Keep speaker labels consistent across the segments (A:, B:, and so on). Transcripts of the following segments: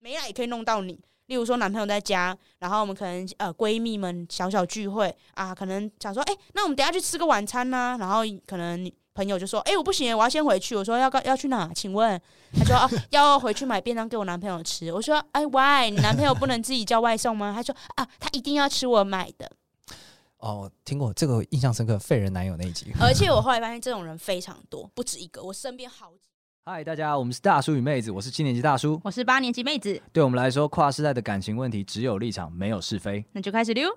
A: 没来也可以弄到你。例如说男朋友在家，然后我们可能呃闺蜜们小小聚会啊，可能想说，哎、那我们等一下去吃个晚餐呐、然后可能你朋友就说，哎、我不行，我要先回去。我说要干要去哪？请问？他说、啊、要回去买便当给我男朋友吃。我说，哎、喂，你男朋友不能自己叫外送吗？他说啊，他一定要吃我买的。
B: 哦，听过这个印象深刻，废人男友那一 集。
A: 而且我后来发现这种人非常多，不止一个，我身边好几
B: 嗨，大家，我们是大叔与妹子，我是七年级大叔。
C: 我是八年级妹子，
B: 对我们来说，跨世代的感情问题只有立场，没有是非。
C: 那就开始溜。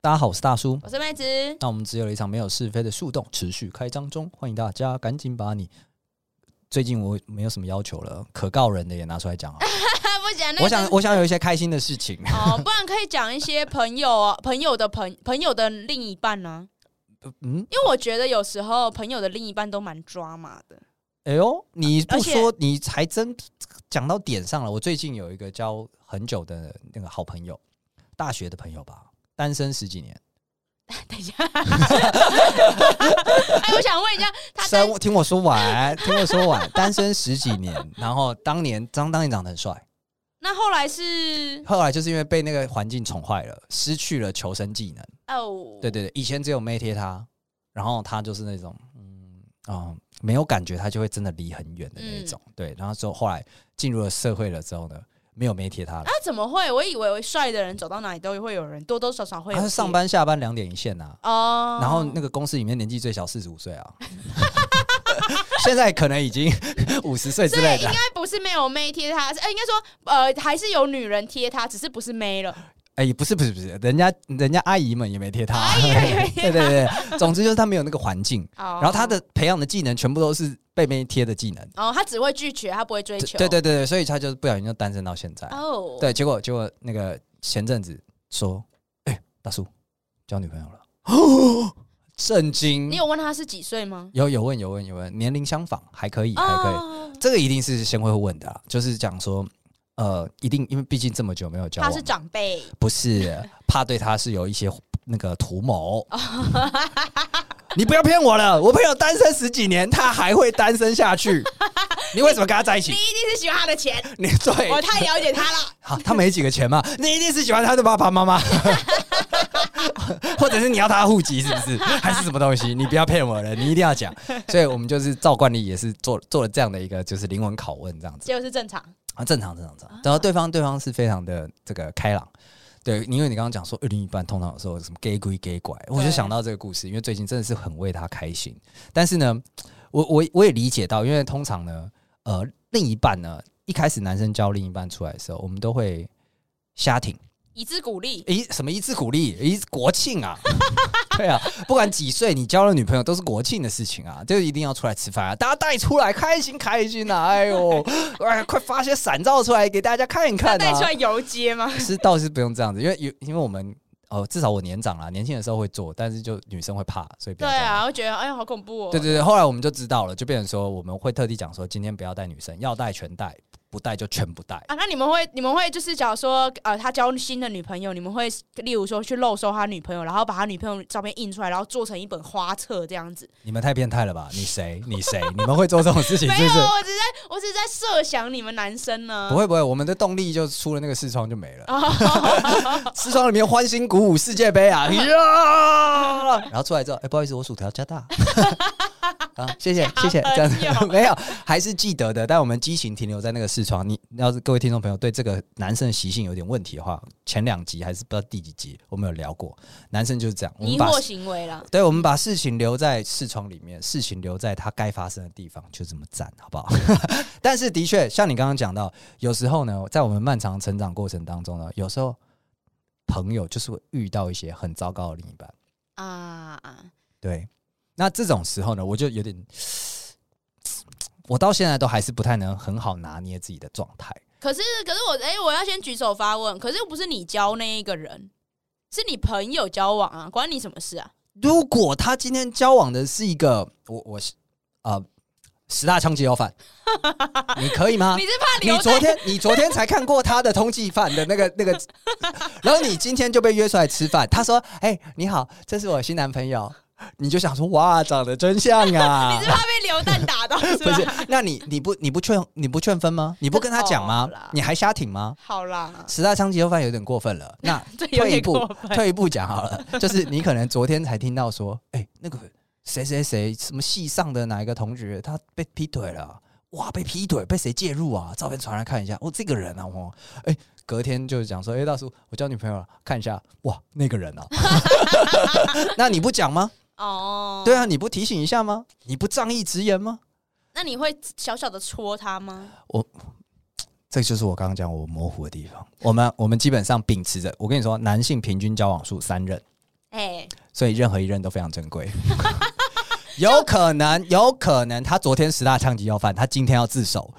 B: 大家好，我是大叔。
A: 我是妹子，
B: 那我们只有一场没有是非的树洞持续开张中，欢迎大家赶紧把你最近我没有什么要求了，可告人的也拿出来讲 好了
A: 不讲那
B: 我
A: 个
B: 想，我想有一些开心的事情，
A: 哦，不然可以讲一些朋友、朋友的朋、朋友的另一半呢、
B: 嗯，
A: 因为我觉得有时候朋友的另一半都蛮抓马的。
B: 哎呦，你
A: 而
B: 不
A: 且
B: 说，你还真讲到点上了。我最近有一个交很久的那个好朋友，大学的朋友吧，单身十几年。
A: 等一 下，哎，我想问一下，他
B: 虽然
A: 单
B: 我听我说完，听我说完，单身十几年，然后当年张当年长得很帅，
A: 那后来是
B: 后来就是因为被那个环境宠坏了，失去了求生技能。
A: 哦，
B: 对对对，以前只有妹贴他，然后他就是那种嗯哦没有感觉，他就会真的离很远的那
A: 嗯
B: 种。对，然后之后后来进入了社会了之后呢，没有妹贴他了。
A: 啊，怎么会？我以为帅的人走到哪里都会有人，多多少少会有。
B: 他是上班下班两点一线呐、
A: 哦，
B: 然后那个公司里面年纪最小四十五岁啊， 现在可能已经五十岁之类的。
A: 应该不是没有妹贴他，是哎，应该说呃，还是有女人贴他，只是不是妹了。
B: 哎、不是不是不是，人家人家阿姨们也没贴他，
A: 阿姨们也没贴
B: 对对对，总之就是他没有那个环境，
A: 哦，
B: 然后他的培养的技能全部都是被妹贴的技能，
A: 哦，他只会拒绝，他不会追
B: 对
A: 求。
B: 对对对，所以他就不小心就单身到现在。
A: 哦，
B: 对，结果结果那个前阵子说，哎、大叔交女朋友了， 震惊
A: 你，有问他是几岁吗？
B: 有有问有问有问，年龄相仿还可以还可以，
A: 哦
B: 这个一定是先会问的啦，就是讲说，呃，一定因为毕竟这么久没有交
A: 他
B: 往，
A: 是长辈，
B: 不是怕对他是有一些那个 图谋。你不要骗我了，我朋友单身十几年，他还会单身 下去，你为什么跟他在一起
A: 你？一定是喜欢他的钱，
B: 你对，
A: 我太了解他了。
B: 好，他没几个钱嘛，你一定是喜欢他的爸爸 妈妈，或者是你要他的户籍是不是？还是什么东西？你不要骗我了，你一定要讲。所以我们就是照惯例，也是做做了这样的一个就是灵魂拷问这样子。
A: 结果是正常，
B: 啊，正常正常正常。然后对方对方是非常的这个开朗，对，因为你刚刚讲说另一半通常有时候有什么 gay 鬼 gay 拐，我就
A: 对
B: 想到这个故事，因为最近真的是很为他开心。但是呢，我我我也理解到，因为通常呢，呃，另一半呢，一开始男生教另一半出来的时候，我们都会瞎挺。
A: 以资鼓 励。
B: 诶，什么一致鼓励？一国庆啊， 对啊，不管几岁，你交了女朋友都是国庆的事情啊，就一定要出来吃饭啊，大家带出来开心开心啊！哎呦， 哎，快发些闪照出来给大家看一看
A: 带出
B: 啊！
A: 来游街 吗？
B: 是倒是不用这样子，因为有因为我们哦，至少我年长啦，年轻的时候会做，但是就女生会怕，所以不
A: 对
B: 要这样。
A: 啊，我觉得哎呀，好恐怖哦。
B: 对对对，后来我们就知道了，就变成说我们会特地讲说，今天不要带女生，要带全带，不带就全不带。
A: 啊，那你们会你们会就是，假如说呃，他交新的女朋友，你们会例如说去漏收他女朋友，然后把他女朋友照片印出来，然后做成一本花册这样子。
B: 你们太变态了吧？你谁？你谁？你们会做这种事情
A: 没
B: 是不
A: 有，
B: 是？
A: 我只是在我只是在设想你们男生呢
B: 不。会不会，我们的动力就出了那个视窗就没了。
A: 哦
B: 视窗里面欢欣鼓舞世界杯 啊！呀 然后出来之后，哎、不好意思，我薯条 加大。啊，谢谢谢谢，
A: 加
B: 这样
A: 分
B: 子
A: 哟
B: 没有，还是记得的。但我们激情停留在那个视窗。你要是各位听众朋友对这个男生的习性有点问题的话，前两集还是不知道第几集，我们有聊过，男生就是这样，我们
A: 迷
B: 把
A: 惑行为啦。
B: 对，我们把事情留在视窗里面，事情留在它该发生的地方，就这么赞，好不好？ 但是的确，像你刚刚讲到，有时候呢，在我们漫长成长过程当中呢，有时候朋友就是会遇到一些很糟糕的另一半。
A: 啊，
B: 对，那这种时候呢，我就有点，我到现在都还是不太能很好拿捏自己的状态。
A: 可是可是我哎、我要先举手发问，可是又不是你交那一个人，是你朋友交往啊，关你什么事啊？
B: 如果他今天交往的是一个我我是啊十大枪击要犯，你可以吗？
A: 你是怕
B: 啊 你
A: 留
B: 昨
A: 在
B: 天你昨天才看过他的通缉犯的那个那个，然后你今天就被约出来吃饭。他说：“哎、你好，这是我新男朋友。”你就想说哇，长得真像啊
A: 你！是怕被流弹打 到是
B: 不
A: 吧？
B: 是，那你你不你不劝你不劝分吗？你不跟他讲吗
A: 哦啦？
B: 你还瞎挺吗？
A: 好啦，
B: 十大枪击又犯有点过分了。那
A: 这 有
B: 退一
A: 点
B: 步
A: 过，分。
B: 退一步讲 好了，就是你可能昨天才听到说，哎、那个谁谁谁什么系上的哪一个同学他被劈腿了啊，哇，被劈腿，被谁介入啊？照片传来看一下，哦，这个人啊，哦，哎、隔天就讲说，哎、大叔，我交女朋友了，看一下，哇，那 个人啊， 那你不讲吗？
A: 哦，
B: 对啊，，你不提醒一下吗？你不仗义直言吗？
A: 那你会小小的戳他吗？
B: 这就是我刚刚讲我模糊的地方。我们我们基本上秉持着，我跟你说，男性平均交往数三任。
A: 哎、
B: 所以任何一任都非常珍贵。 有可能，有可能他昨天十大枪击要犯，他今天要自首，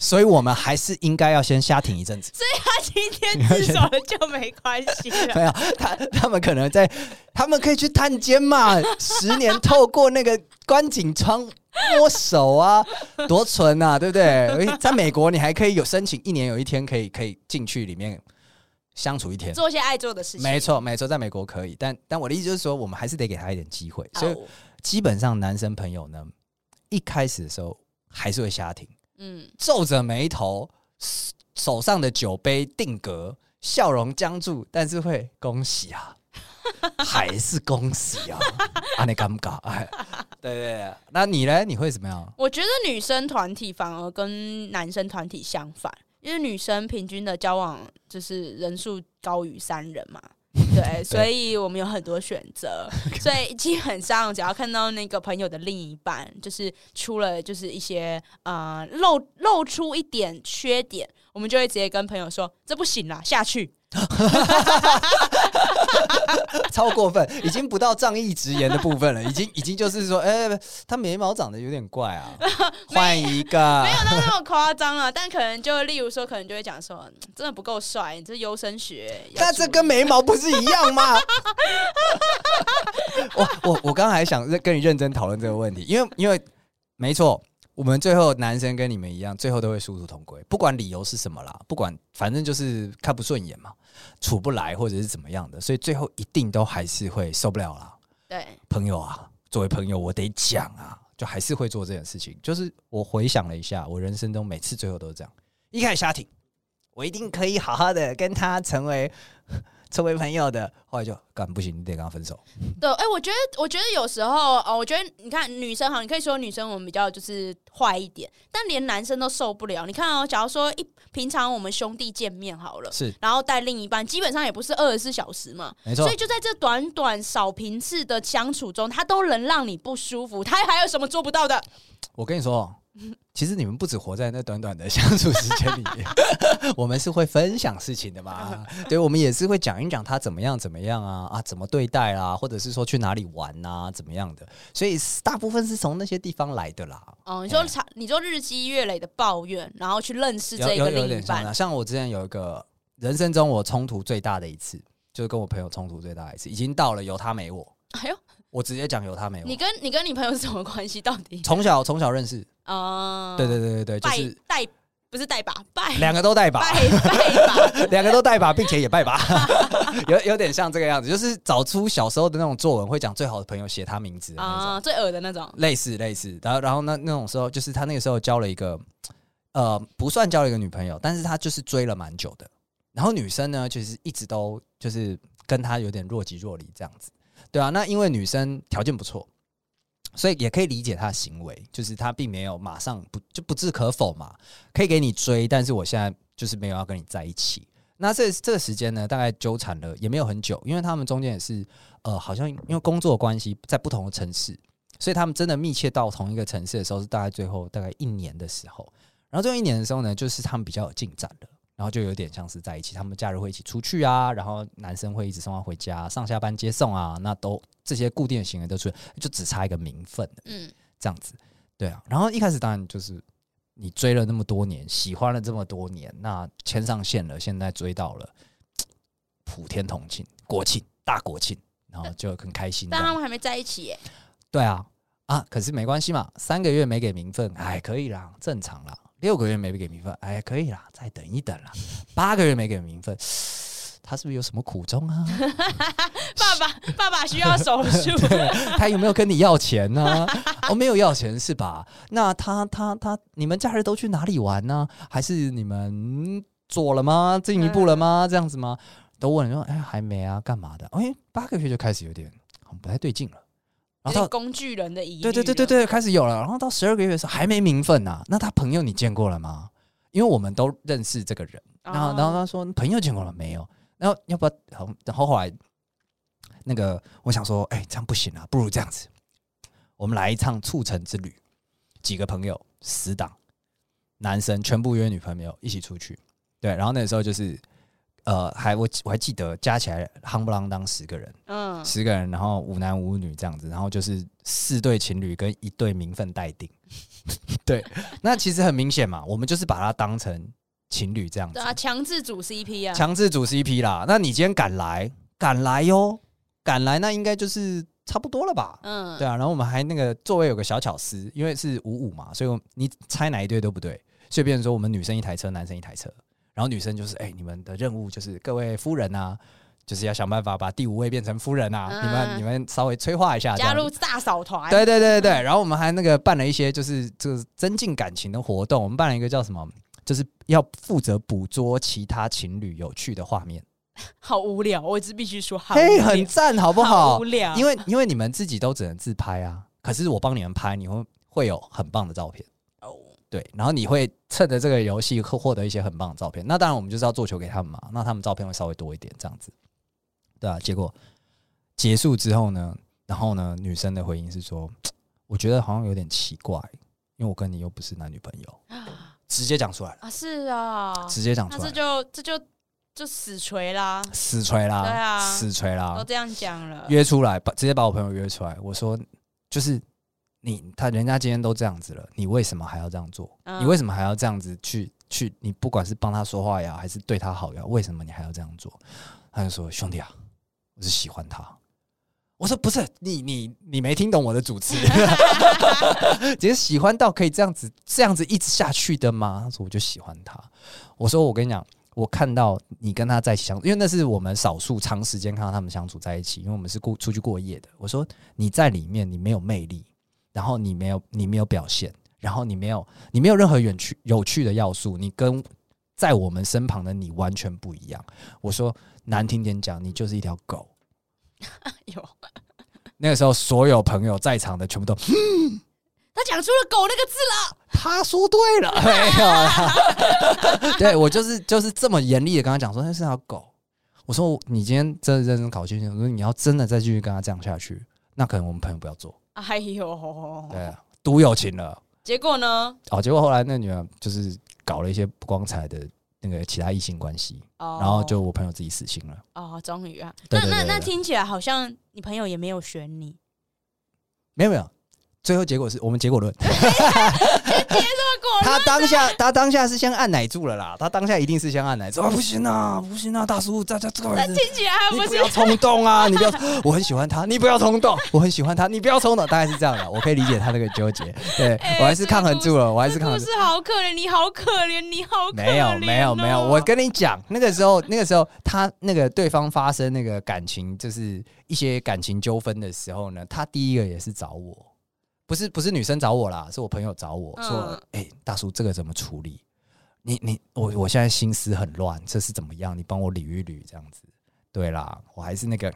B: 所以我们还是应该要先瞎挺一阵子。
A: 他今天自首了就没关系了。
B: 没有，啊他他们可能在，他们可以去探监嘛，十年透过那个观景窗摸手啊，多纯啊，对不对？而且在美国，你还可以有申请，一年有一天可以可以进去里面相处一天。
A: 做一些爱做的事情，
B: 没错，没错，在美国可以，但但我的意思就是说，我们还是得给他一点机会。所以
A: 哦
B: 基本上男生朋友呢，一开始的时候还是会瞎挺，
A: 嗯，
B: 皱着眉头，手手上的酒杯定格，笑容僵住，但是会恭 喜啊，还是恭喜啊，啊你尴尬，哎，对对对，那你呢？你会怎么样？
A: 我觉得女生团体反而跟男生团体相反，因为女生平均的交往就是人数高于三人 嘛。对，所以我们有很多选择，所以基本上只要看到那个朋友的另一半，就是出了就是一些呃露露出一点缺点，我们就会直接跟朋友说这不行啦，下去。
B: 超过分，已经不到仗义直言的部分了，已经已经就是说，哎、他眉毛长得有点 怪啊，换一个啊
A: 没。有到那么夸张啊，但可能就例如说，可能就会讲说，嗯真的不够帅，你这是优生学。要
B: 那这
A: 注意
B: 跟眉毛不是一样吗？ 我我我刚才想认跟你认真讨论这个问题，因为因为没错，我们最后男生跟你们一样，最后都会殊途同归，不管理由是什么啦，不管反正就是看不顺眼嘛，处不来或者是怎么样的，所以最后一定都还是会受不了啦。
A: 对，
B: 朋友啊，作为朋友，我得讲啊，就还是会做这件事情。就是我回想了一下，我人生中每次最后都是这样，一开始瞎挺，我一定可以好好的跟他成为成为朋友的，后来就干不行，你得跟他分手。
A: 对，哎、我觉得，我觉得有时候，哦，我觉得你看女生哈，你可以说女生我们比较就是坏一点，但连男生都受不了。你看哦，假如说一平常我们兄弟见面好了，
B: 是
A: 然后带另一半，基本上也不是二十四小时嘛，
B: 没错
A: 所以，就在这短短少频次的相处中，他都能让你不舒服，他还有什么做不到的？
B: 我跟你说 哦。其实你们不止活在那短短的相处时间里 面，我们是会分享事情的嘛？对，我们也是会讲一讲他怎么样怎么样啊啊，怎么对待啦、或者是说去哪里玩啊，怎么样的。所以大部分是从那些地方来的啦。
A: 哦，你说长，你说日积月累的抱怨，然后去认识这一
B: 有
A: 个
B: 有
A: 另
B: 有
A: 一
B: 点像
A: 半
B: 啊，像我之前有一个人生中我冲突最大的一次，就是跟我朋友冲突最大的一次，已经到了有他没我，
A: 哎呦，
B: 我直接讲有他没我
A: 你。跟你跟你朋友是什么关系？到底？
B: 从小从小认识，
A: 啊、
B: 对对对对对，就
A: 拜
B: 是
A: 拜不是拜把拜
B: 两个都带把，
A: 拜拜 把，
B: 两个都带把，并且也拜把， 有有点像这个样子，就是找出小时候的那种作文，会讲最好的朋友写他名字的那种，
A: 啊、最恶的那种。
B: 类似类似。然后然后那那种时候，就是他那个时候交了一个，呃，不算交了一个女朋友，但是他就是追了蛮久的。然后女生呢，就是一直都就是跟他有点若即若离这样子，对啊。那因为女生条件不错，所以也可以理解他的行为，就是他并没有马上不就不置可否嘛，可以给你追，但是我现在就是没有要跟你在一起。那这这个时间呢，大概纠缠了也没有很久，因为他们中间也是呃，好像因为工作关系在不同的城市，所以他们真的密切到同一个城市的时候，是大概最后大概一年的时候。然后最后一年的时候呢，就是他们比较有进展了，然后就有点像是在一起，他们假日会一起出去啊，然后男生会一直送她回家，上下班接送啊，那都这些固定的行为都出现，就只差一个名分了
A: 嗯，
B: 这样子。对啊，然后一开始当然就是你追了那么多年，喜欢了这么多年，那牵上线了，现在追到了，普天同庆，国庆大国庆，然后就很开心这
A: 但
B: 样。
A: 他们还没在一起耶。
B: 对啊，啊，可是没关系嘛，三个月没给名分，哎，可以啦，正常 啦。六个月没给名分，哎，可以啦，再等一等啦。八个月没给名分，他是不是有什么苦衷啊？
A: 爸爸， 爸爸需要手术，
B: 他有没有跟你要钱呢、哦，没有要钱是吧？那他他他，你们假日都去哪里玩呢？还是你们做了吗？进一步了吗？这样子吗？都问说，哎，还没啊，干嘛的？哎，八个月就开始有点好像不太对劲了。
A: 有
B: 然后
A: 点
B: 到
A: 工具人的疑虑。
B: 对对对对，对，开始有了。然后到十二个月的时候还没名分呐、啊那他朋友你见过了吗？因为我们都认识这个人。
A: 哦
B: 然后，然后他说朋友见过了没有？然后要不要？然后然后后来，那个我想说，哎、这样不行啊，不如这样子，我们来一趟促成之旅，几个朋友死党，男生全部约女朋友一起出去，对。然后那时候就是，呃，还我我还记得加起来夯不啷当十个人，
A: 嗯，
B: 十个人，然后五男五女这样子，然后就是四对情侣跟一对名分待定。 对，那其实很明显嘛，我们就是把它当成情侣这样子
A: 对。啊，强制组 CP 啊，
B: 强制组 CP 啦。那你今天敢来，敢来哟，敢来，那应该就是差不多了吧？
A: 嗯，
B: 对啊，然后我们还那个座位有个小巧思，因为是五五嘛，所以我你猜哪一对都不对，所以变成说我们女生一台车，男生一台车，然后女生就是哎、你们的任务就是各位夫人啊，就是要想办法把第五位变成夫人啊，
A: 嗯
B: 你们你们稍微催化一下，这
A: 加
B: 样子
A: 入大嫂团，
B: 啊对对对对对，然后我们还那个办了一些就是就是增进感情的活动，我们办了一个叫什么，就是要负责捕捉其他情侣有趣的画面，
A: 好无聊，我只必须说好无
B: 嘿，
A: 聊，
B: 很赞，好不
A: 好
B: 好
A: 无？聊，
B: 因
A: 为
B: 为因为你们自己都只能自拍啊，可是我帮你们拍，你会会有很棒的照片。
A: 哦
B: 对，然后你会趁着这个游戏获获得一些很棒的照片。那当然，我们就是要做球给他们嘛，那他们照片会稍微多一点，这样子，对啊。结果结束之后呢，然后呢，女生的回应是说，我觉得好像有点奇怪，因为我跟你又不是男女朋友，直接讲出来了，
A: 啊是啊，
B: 直接讲
A: 那
B: 出来
A: 这
B: 了，
A: 就这就就死锤啦，
B: 死锤啦，
A: 对啊
B: 死锤啦，
A: 都这样讲了，
B: 约出来，把直接把我朋友约出来。我说，就是你他人家今天都这样子了，你为什么还要这样做？
A: 嗯
B: 你为什么还要这样子去去？你不管是帮他说话呀，还是对他好呀，为什么你还要这样做？他就说：“兄弟啊，我是喜欢他。”我说：“不是你，你你没听懂我的主持， 只是喜欢到可以这样子这样子一直下去的吗？”他说：“我就喜欢他。”我说：“我跟你讲，我看到你跟他在一起相处，因为那是我们少数长时间看到他们相处在一起，因为我们是过出去过夜的。我说你在里面，你没有魅力，然后你没有你没有表现，然后你没有你没有任何有趣有趣的要素，你跟在我们身旁的你完全不一样。我说难听点讲，你就是一条狗。
A: 有
B: 那个时候，所有朋友在场的全部都，
A: 他讲出了狗那个字了，
B: 他说对了， 没有啦。对我就是就是这么严厉的跟他讲说，那是条狗。我说你今天真的认真搞清楚，我说你要真的再继续跟他这样下去，那可能我们朋友不要做，
A: 哎呦，
B: 对啊，毒友情了。
A: 结果呢？
B: 哦，结果后来那女的就是搞了一些不光彩的那个其他异性关系，
A: 哦，
B: 然后就我朋友自己死心了。
A: 哦，终于啊，
B: 对
A: 那
B: 对
A: 那
B: 对
A: 那
B: 对
A: 听起来好像你朋友也没有选你，
B: 没有没有，最后结果是我们结果论，
A: 果
B: 他当下他当下是先按奶住了啦，他当下一定是先按奶住啊，不行啊，不行啊，大叔，大家这个人。
A: 听起来还
B: 你
A: 不
B: 不
A: 是
B: 要冲动啊！你不要，我很喜欢他，你不要冲动，我很喜欢他，你不要冲动，大概是这样的，我可以理解他那个纠结。对
A: 哎
B: 我还是
A: 这个
B: 抗衡
A: 故
B: 住了，我还是抗
A: 故
B: 衡住。
A: 事好可怜，你好可怜，你好可怜、哦。
B: 没有没有没有，我跟你讲，那个时候那个时候他那个对方发生那个感情，就是一些感情纠纷的时候呢，他第一个也是找我，不是不是女生找我啦，是我朋友找我
A: 嗯
B: 说，哎、大叔这个怎么处理？你你我我现在心思很乱，这是怎么样？你帮我捋一捋这样子。对啦，我还是那个，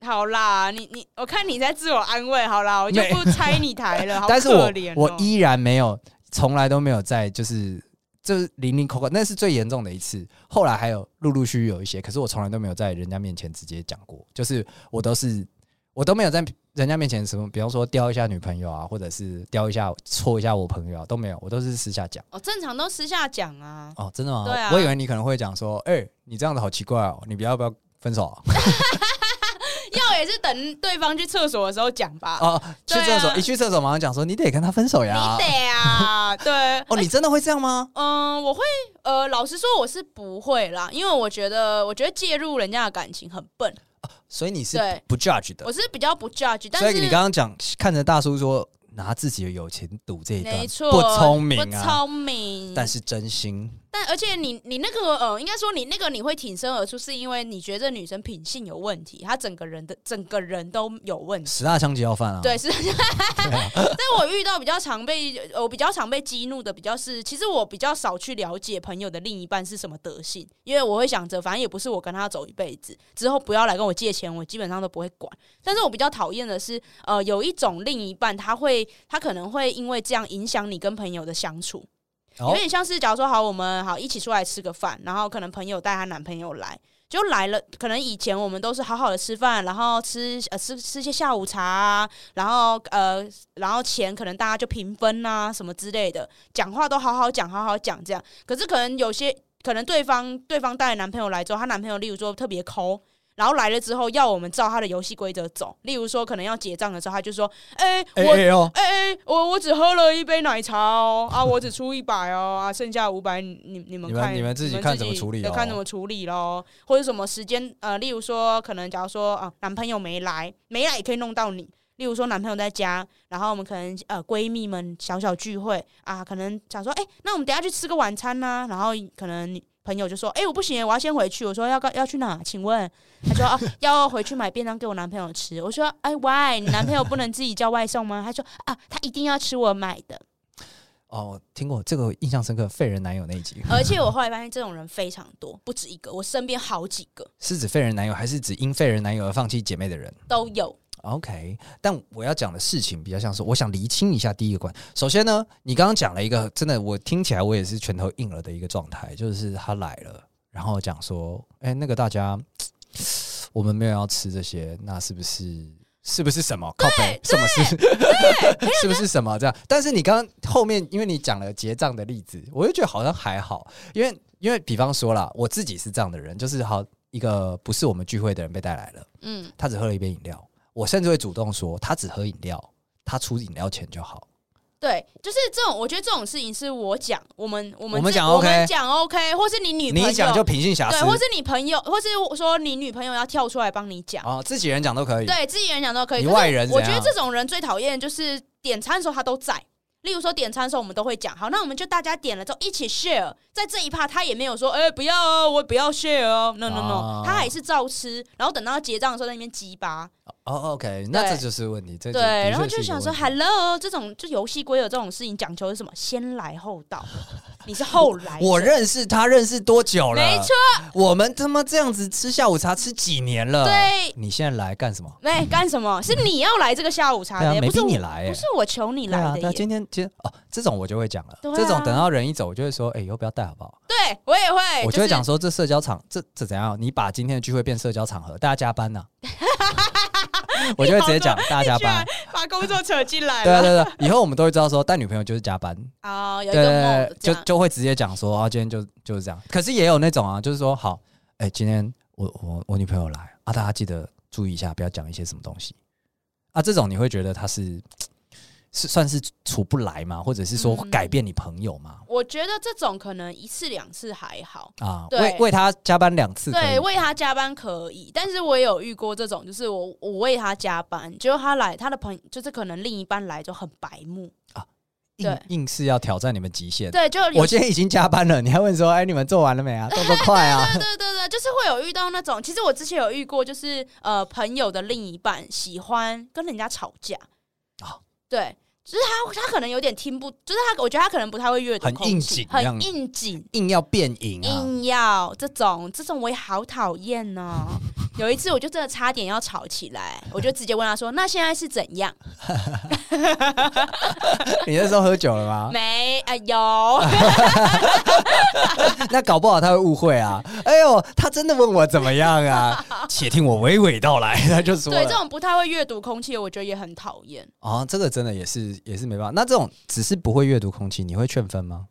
A: 好啦，你你我看你在自我安慰，好啦，我就
B: 没
A: 不拆你台 了，好可
B: 但是我
A: 怜、哦。
B: 我依然没有，从来都没有在就是。就是零零口口，那是最严重的一次。后来还有陆陆续续有一些，可是我从来都没有在人家面前直接讲过。就是我都是我都没有在人家面前什么，比方说叼一下女朋友啊，或者是叼一下戳一下我朋友啊，都没有，我都是私下讲。
A: 哦，正常都私下讲啊，
B: 哦，真的吗？
A: 对啊
B: 我以为你可能会讲说，哎、你这样子好奇怪哦，你不要不要分手啊？
A: 要也是等对方去厕所的时候讲吧。
B: 哦，去
A: 对啊
B: 厕所、一去厕所马上讲说，你得跟他分手呀
A: 你。得啊，对，
B: 哦，你真的会这样吗？
A: 嗯，我会，呃，老实说我是不会啦，因为我觉得，我觉得介入人家的感情很笨，
B: 所以你是
A: 对
B: 不 judge 的
A: 我。是比较不 judge，但
B: 所
A: 是
B: 以你刚刚讲看着大叔说拿自己的友情赌这一段，
A: 没错，
B: 不聪明
A: 不
B: 啊，
A: 聪明，
B: 但是真心
A: 但而且你你那个呃，应该说你那个你会挺身而出，是因为你觉得这女生品性有问题，她整个人的整个人都有问题。
B: 十大枪击要犯啊，
A: 对，是。 但我遇到比较常被呃我比较常被激怒的，比较是其实我比较少去了解朋友的另一半是什么德性，因为我会想着反正也不是我跟他走一辈子，之后不要来跟我借钱，我基本上都不会管。但是我比较讨厌的是，呃，有一种另一半他会他可能会因为这样影响你跟朋友的相处。有
B: 哦，
A: 点像是，假如说好，我们好一起出来吃个饭，然后可能朋友带她男朋友来，就来了。可能以前我们都是好好的吃饭，然后吃呃吃吃些下午茶啊，然后呃，然后钱可能大家就平分啊什么之类的，讲话都好好讲，好好讲这样。可是可能有些可能对方对方带男朋友来之后，她男朋友例如说特别抠。然后来了之后，要我们照他的游戏规则走。例如说，可能要结账的时候，他就说：“哎、
B: 哎
A: 我
B: 哎哦，
A: 哎、哎，我我只喝了一杯奶茶哦，啊，我只出一百哦，啊，剩下五百你你们
B: 你们
A: 看
B: 你们自己看怎么处理
A: 对
B: 咯
A: 看怎么处理咯，或者什么时间呃，例如说可能假如说啊，男朋友没来，没来也可以弄到你。例如说男朋友在家，然后我们可能呃闺蜜们小小聚会啊，可能想说哎、那我们等一下去吃个晚餐呐、然后可能。朋友就说：“哎、我不行，我要先回去。”我说：“要干要去哪？请问？”他说：“啊，要回去买便当给我男朋友吃。”我说：“哎，why？你男朋友不能自己叫外送吗？”他说：“啊，他一定要吃我买的。
B: 哦，我听过这个印象深刻，废人男友那一集”
A: 而且我后来发现这种人非常多，不止一个，我身边好几个
B: 是指废人男友，还是指因废人男友而放弃姐妹的人？
A: 都有。
B: OK，但我要讲的事情比较像是，我想厘清一下第一个观。首先呢，你刚刚讲了一个真的，我听起来我也是拳头硬了的一个状态，就是他来了，然后讲说，哎、那个大家，嗯我们没有要吃这些，那是不是？是不是什么靠北？什么是？ 是不是什么这样？但是你刚刚后面，因为你讲了结账的例子，我就觉得好像还好，因为因为比方说啦，我自己是这样的人，就是好一个不是我们聚会的人被带来了。
A: 嗯，
B: 他只喝了一杯饮料，我甚至会主动说他只喝饮料，他出饮料钱就好。
A: 对，就是这种，我觉得这种事情是我讲，我们我们
B: 我们
A: 自
B: 讲
A: 我们
B: OK
A: 讲 OK，或是你女朋友
B: 你讲就平信瑕
A: 对，
B: 疵，
A: 或是你朋友，或是说你女朋友要跳出来帮你讲。
B: 哦，自己人讲都可以。
A: 对自己人讲都可以。
B: 你
A: 可是
B: 外人
A: 我
B: 怎
A: 觉得
B: 样
A: 这种人最讨厌就是点餐的时候他都在。例如说点餐的时候，我们都会讲好，那我们就大家点了之后一起 share。在这一趴，他也没有说，哎、不要哦，我不要 share 哦，no no no，、
B: 啊
A: 他还是照吃。然后等到结账的时候，在那边鸡巴，
B: 哦，OK，那
A: 对
B: 这就是问题。这
A: 对，
B: 的确
A: 然后就是
B: 一个
A: 想
B: 问
A: 说
B: 题
A: ，hello，这种就游戏规则这种事情讲求是什么？先来后到，你是后来者，
B: 我认识他认识多久了？
A: 没错，
B: 我们他妈这样子吃下午茶吃几年了？
A: 对，
B: 你现在来干什么？
A: 哎，干什么？是你要来这个下午茶
B: 对啊，
A: 的，
B: 没
A: 不是
B: 逼你
A: 我，
B: 来、
A: 不
B: 欸
A: 是。我求你
B: 对
A: 来
B: 啊，
A: 的
B: 对啊，
A: 耶。
B: 今天今天哦，这种我就会讲了。
A: 对啊
B: 这种等到人一走，我就会说，哎、以后不要带好不好？
A: 对，我也会，
B: 我就会
A: 哎是
B: 讲说，这社交场，这这怎样？你把今天的聚会变社交场合，大家 加班呐、我就会直接讲大家加班。
A: 把工作扯进来
B: 对啊，
A: 了。
B: 对啊对啊，以后我们都会知道说，带女朋友就是加班，
A: 啊、有
B: 对
A: 一个
B: 对
A: 梦
B: 对，，
A: 这
B: 就
A: 样
B: 就会直接讲说啊，今天就就是这样。可是也有那种啊，就是说好，哎、今天我我我女朋友来啊，大家记得注意一下，不要讲一些什么东西啊。这种你会觉得他是是算是处不来吗？或者是说
A: 嗯
B: 改变你朋友吗？
A: 我觉得这种可能一次两次还好，
B: 啊，
A: 对
B: 为为他加班两次可以
A: 对，
B: 吗，
A: 为他加班可以，但是我也有遇过这种，就是我我为他加班，结果他来，他的朋就是可能另一半来就很白目，
B: 硬
A: 对
B: 硬是要挑战你们极限。
A: 对，就有
B: 我今天已经加班了，你还问说，哎，你们做完了没啊？动作快啊！
A: 对对对对，就是会有遇到那种，其实我之前有遇过，就是呃朋友的另一半喜欢跟人家吵架，
B: 哦
A: 对。就是他，他可能有点听不，就是他，我觉得他可能不太会阅读
B: 很
A: 空
B: 应
A: 气
B: 景这样
A: 很
B: 子
A: 应景，
B: 硬要变赢啊！
A: 硬要这种，这种我也好讨厌呢。有一次我就真的差点要吵起来，我就直接问他说：“那现在是怎样
B: 你那时候喝酒了？” 吗？
A: 没，哎、有，
B: 啊那搞不好他会误会啊！哎呦，他真的问我怎么样啊？且听我娓娓道来，他就说
A: 对这
B: 了。
A: 种不太会阅读空气，我觉得也很讨厌。
B: 哦，这个真的也是也是没办法。那这种只是不会阅读空气，你会劝分吗？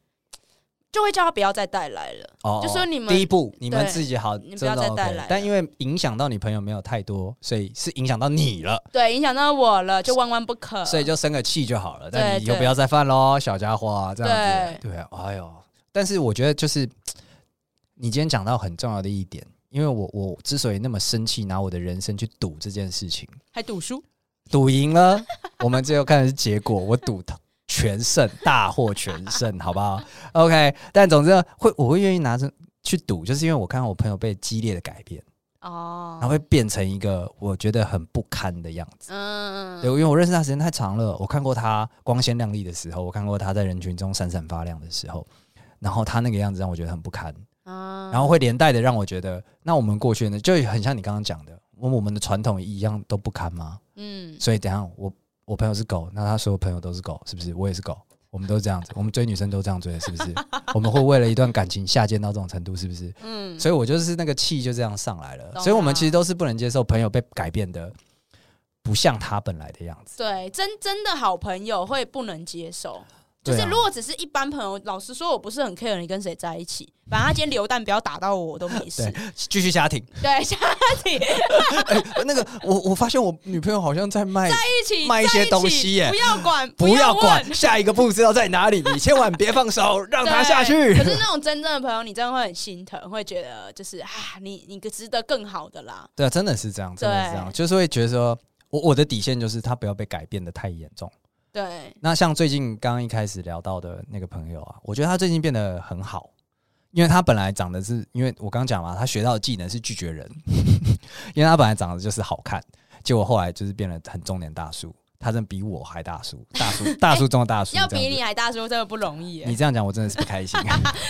A: 就会叫他不要再带来了。
B: 哦，
A: 就说你们
B: 第一步，你们自己好，
A: 你
B: 真
A: 不
B: 的
A: 要再带
B: OK
A: 来了
B: 但因为影响到你朋友没有太多，所以是影响到你了，
A: 对，影响到我了，就万万不可。
B: 所以就生个气就好了。但
A: 呃对
B: 你以后
A: 对
B: 不要再犯喽，小家伙、啊，这样子。对，哎呦，但是我觉得就是你今天讲到很重要的一点，因为我我之所以那么生气，拿我的人生去赌这件事情。
A: 还赌输，
B: 赌赢了，我们最后看的是结果，我赌他全胜，大获全胜， 好不好？OK，但总之呢，会我会愿意拿着去赌，就是因为我看到我朋友被激烈的改变，
A: 哦
B: 然后会变成一个我觉得很不堪的样子。
A: 嗯，
B: 对，因为我认识他时间太长了，我看过他光鲜亮丽的时候，我看过他在人群中闪闪发亮的时候，然后他那个样子让我觉得很不堪，
A: 然
B: 然后会连带的让我觉得，那我们过去呢，就很像你刚刚讲的，我我们的传统一样都不堪吗？
A: 嗯，
B: 所以等一下我我朋友是狗，那他所有朋友都是狗，是不是？我也是狗，我们都是这样子，我们追女生都这样追，是不是？我们会为了一段感情下贱到这种程度，是不是？
A: 嗯，
B: 所以我就是那个气就这样上来了，
A: 懂
B: 所以我们
A: 啊
B: 其实都是不能接受朋友被改变的，不像他本来的样子。
A: 对，真真的好朋友会不能接受。就是
B: 对啊
A: 如果只是一般朋友，老实说，我不是很 care 你跟谁在一起，反正他今天流弹不要打到我，我都没 事。
B: 继续家庭。
A: 对，下一题，
B: 哎、 那个我我发现我女朋友好像在卖，
A: 一起
B: 卖一些
A: 在起
B: 东西耶
A: 不要管，
B: 不
A: 要
B: 要
A: 问
B: 管下一个不知道在哪里，你千万别放手，让
A: 对
B: 她下
A: 可
B: 去。
A: 是那种真正的朋友，你真的会很心疼，会觉得就是啊，你你值得更好的啦。
B: 对啊，真的是这样，真的是这样，就是会觉得说。我我的底线就是她不要被改变的太严重。
A: 对，
B: 那像最近刚刚一开始聊到的那个朋友啊，我觉得他最近变得很好，因为他本来长得是，因为我刚讲嘛，他学到的技能是拒绝人， 因为他本来长得就是好看，结果后来就是变得很中年大叔，他真的比我还大叔，大叔大叔中的大叔 这
A: 要
B: 样子，
A: 比你还大叔真的不容易耶。
B: 你这样讲，我真的是不 开心。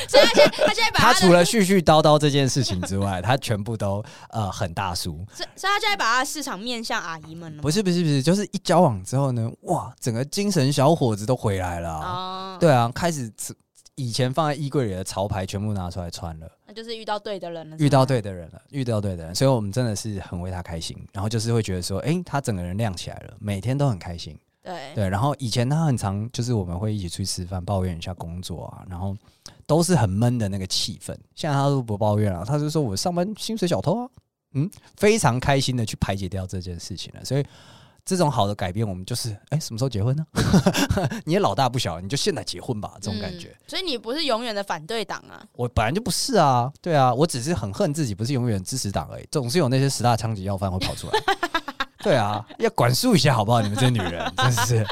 A: 所以他现在他现在把
B: 他
A: 他
B: 除
A: 的，
B: 了絮絮叨叨这件事情之外，他全部都呃很大叔。
A: 所以所以他现在把他的市场面向阿姨们了
B: 不是不是不是，就是一交往之后呢，哇，整个精神小伙子都回来了啊、
A: 哦，，
B: 对啊，开始吃以前放在衣柜里的潮牌全部拿出来穿了，
A: 那就是遇到对的人了，
B: 遇到对的人了，遇到对的人，所以我们真的是很为他开心。然后就是会觉得说，诶，他整个人亮起来了，每天都很开心。
A: 对
B: 对，然后以前他很常就是我们会一起出去吃饭，抱怨一下工作啊，然后都是很闷的那个气氛。现在他都不抱怨了，他就说我上班薪水小偷啊，嗯，非常开心的去排解掉这件事情了。所以这种好的改变，我们就是哎、什么时候结婚呢？ 你也老大不小，你就现在结婚吧，这种感觉。
A: 嗯所以你不是永远的反对党啊，
B: 我本来就不是啊，对啊，我只是很恨自己不是永远支持党而已，总是有那些十大枪击要犯会跑 出来。对啊，要管束一下好不好？你们这些女人真 是。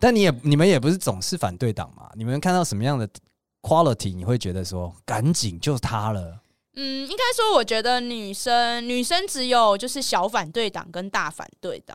B: 但你也你们也不是总是反对党嘛，你们看到什么样的 quality，你会觉得说赶紧就他了。
A: 嗯，应该说，我觉得女生女生只有就是小反对党跟大反对党，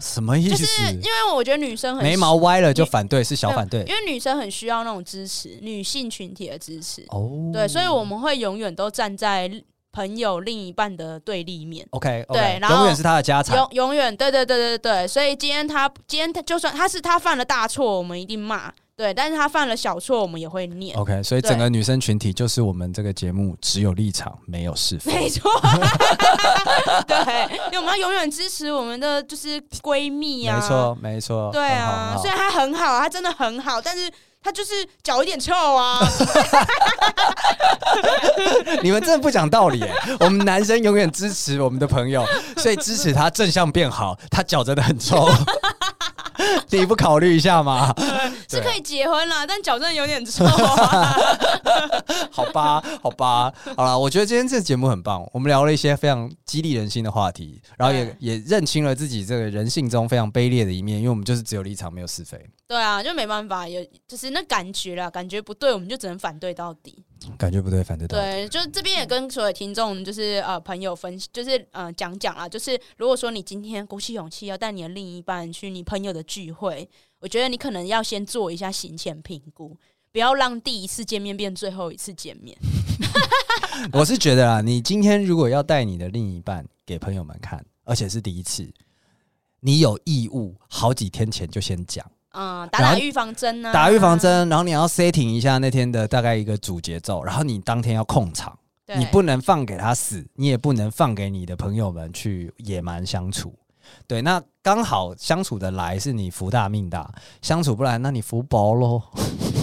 B: 什么意
A: 就
B: 思？
A: 是因为我觉得女生很
B: 眉嗯毛歪了就反对是小反对
A: 因为女生很需要那种支持，女性群体的支持，
B: 哦。
A: 对，所以我们会永远都站在朋友另一半的对立面。
B: OK
A: 对
B: OK，
A: 然后
B: 永远是他的家产。
A: 永永远对对对对对，所以今天他今天他就算他是他犯了大错，我们一定骂，对，但是他犯了小错，我们也会念，
B: OK，所以整个女生群体就是我们这个节目只有立场没有是非。
A: 没 错，对，因为我们要永远支持我们的就是闺蜜啊，
B: 没错，没错，
A: 对
B: 很好很
A: 啊，
B: 好
A: 虽然他很好，他真的很好，但是他就是脚有点臭 啊。
B: 你们真的不讲道理耶！我们男生永远支持我们的朋友，所以支持他正向变好，他脚真的很臭。 你不考虑一下吗？
A: 是
B: 对
A: 可以结婚啦，但脚真的有点臭 啊。
B: 好吧，好吧，好啦，我觉得今天这节目很棒，我们聊了一些非常激励人心的话题，然后也
A: 对
B: 也认清了自己这个人性中非常卑劣的一面，因为我们就是只有立场没有是非，
A: 对啊，就没办法，有就是那感觉啦，感觉不对，我们就只能反对到底。
B: 感觉不对，反对到底嗯
A: 对，就这边也跟所有听众，就是呃朋友分，就是呃讲讲啦，就是如果说你今天鼓起勇气要带你的另一半去你朋友的聚会，我觉得你可能要先做一下行前评估。不要让第一次见面变最后一次见面。
B: 我是觉得啊，你今天如果要带你的另一半给朋友们看，而且是第一次，你有义务好几天前就先讲。
A: 嗯，打打
B: 然后
A: 预防针啊，
B: 打预防针，然后你要 setting 一下那天的大概一个主节奏，然后你当天要控场，
A: 对，
B: 你不能放给他死，你也不能放给你的朋友们去野蛮相处。对，那刚好相处的来是你福大命大，相处不来，那你福薄喽。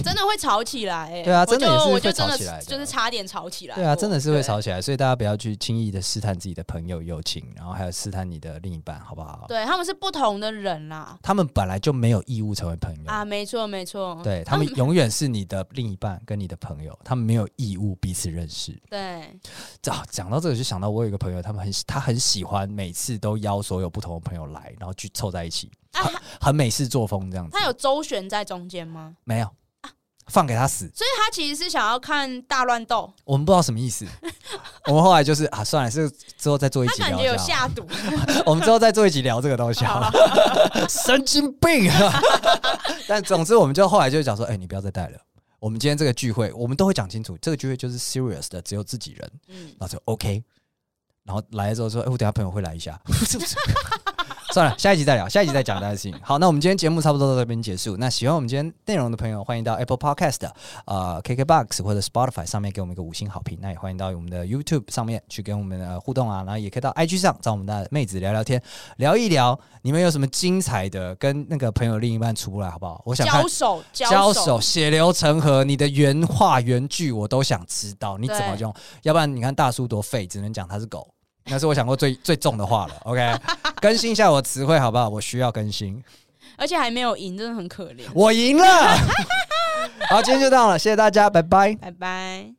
A: 真的会吵起来、欸。
B: 对啊真的也是
A: 我
B: 会
A: 就我就真
B: 吵起来的
A: 就是差点吵起来过。
B: 对啊，真的是会
A: 对
B: 吵。起来，所以大家不要去轻易的试探自己的朋友友情，然后还有试探你的另一半，好不好？
A: 对，他们是不同的人啦。
B: 他们本来就没有义务成为朋友
A: 啊，嗯没错没错，
B: 对他们永远是你的另一半跟你的朋友，他们没有义务彼此认识。
A: 对，
B: 讲讲到这个，就想到我有一个朋友，他们很他很喜欢每次都邀所有不同的朋友来，然后聚凑在一起。
A: 啊
B: 很很美式作风这样子
A: 他。有周旋在中间吗？
B: 没有，放给他死。
A: 所以他其实是想要看大乱斗，
B: 我们不知道什么意 思。我们后来就是啊，算了，是之后再做一
A: 他
B: 集
A: 感
B: 聊
A: 觉
B: 一
A: 有
B: 下好
A: 下毒。
B: 了。 我们之后再做一集聊这个东西好了。神经病啊！ 但总之，我们就后来就讲说，哎、你不要再带了。我们今天这个聚会，我们都会讲清楚，这个聚会就是 serious 的，只有自己人。
A: 嗯，
B: 然后就 OK。然后来了之后说，哎、我等一下朋友会来一下， 是不是？算了，下一集再聊，下一集再讲大家的事情。好，那我们今天节目差不多到这边结束。那喜欢我们今天内容的朋友，欢迎到 Apple Podcast、呃 KKBox 或者 Spotify 上面给我们一个五星好评。那也欢迎到我们的 YouTube 上面去跟我们呃互动啊，然后也可以到 IG 上找我们的妹子聊聊天，聊一聊你们有什么精彩的跟那个朋友另一半出来好不好？我想看
A: 交手，
B: 交
A: 手，
B: 手、血流成河，你的原话原句我都想知道，你怎么用？要不然你看大叔多废，只能讲他是狗，那是我想过最 最重的话了。OK，更 新一下我的词汇好不好？我需要更新，
A: 而且还没有赢，真的很可怜。
B: 我赢了。好，今天就到了，谢谢大家，拜拜。
A: 拜拜。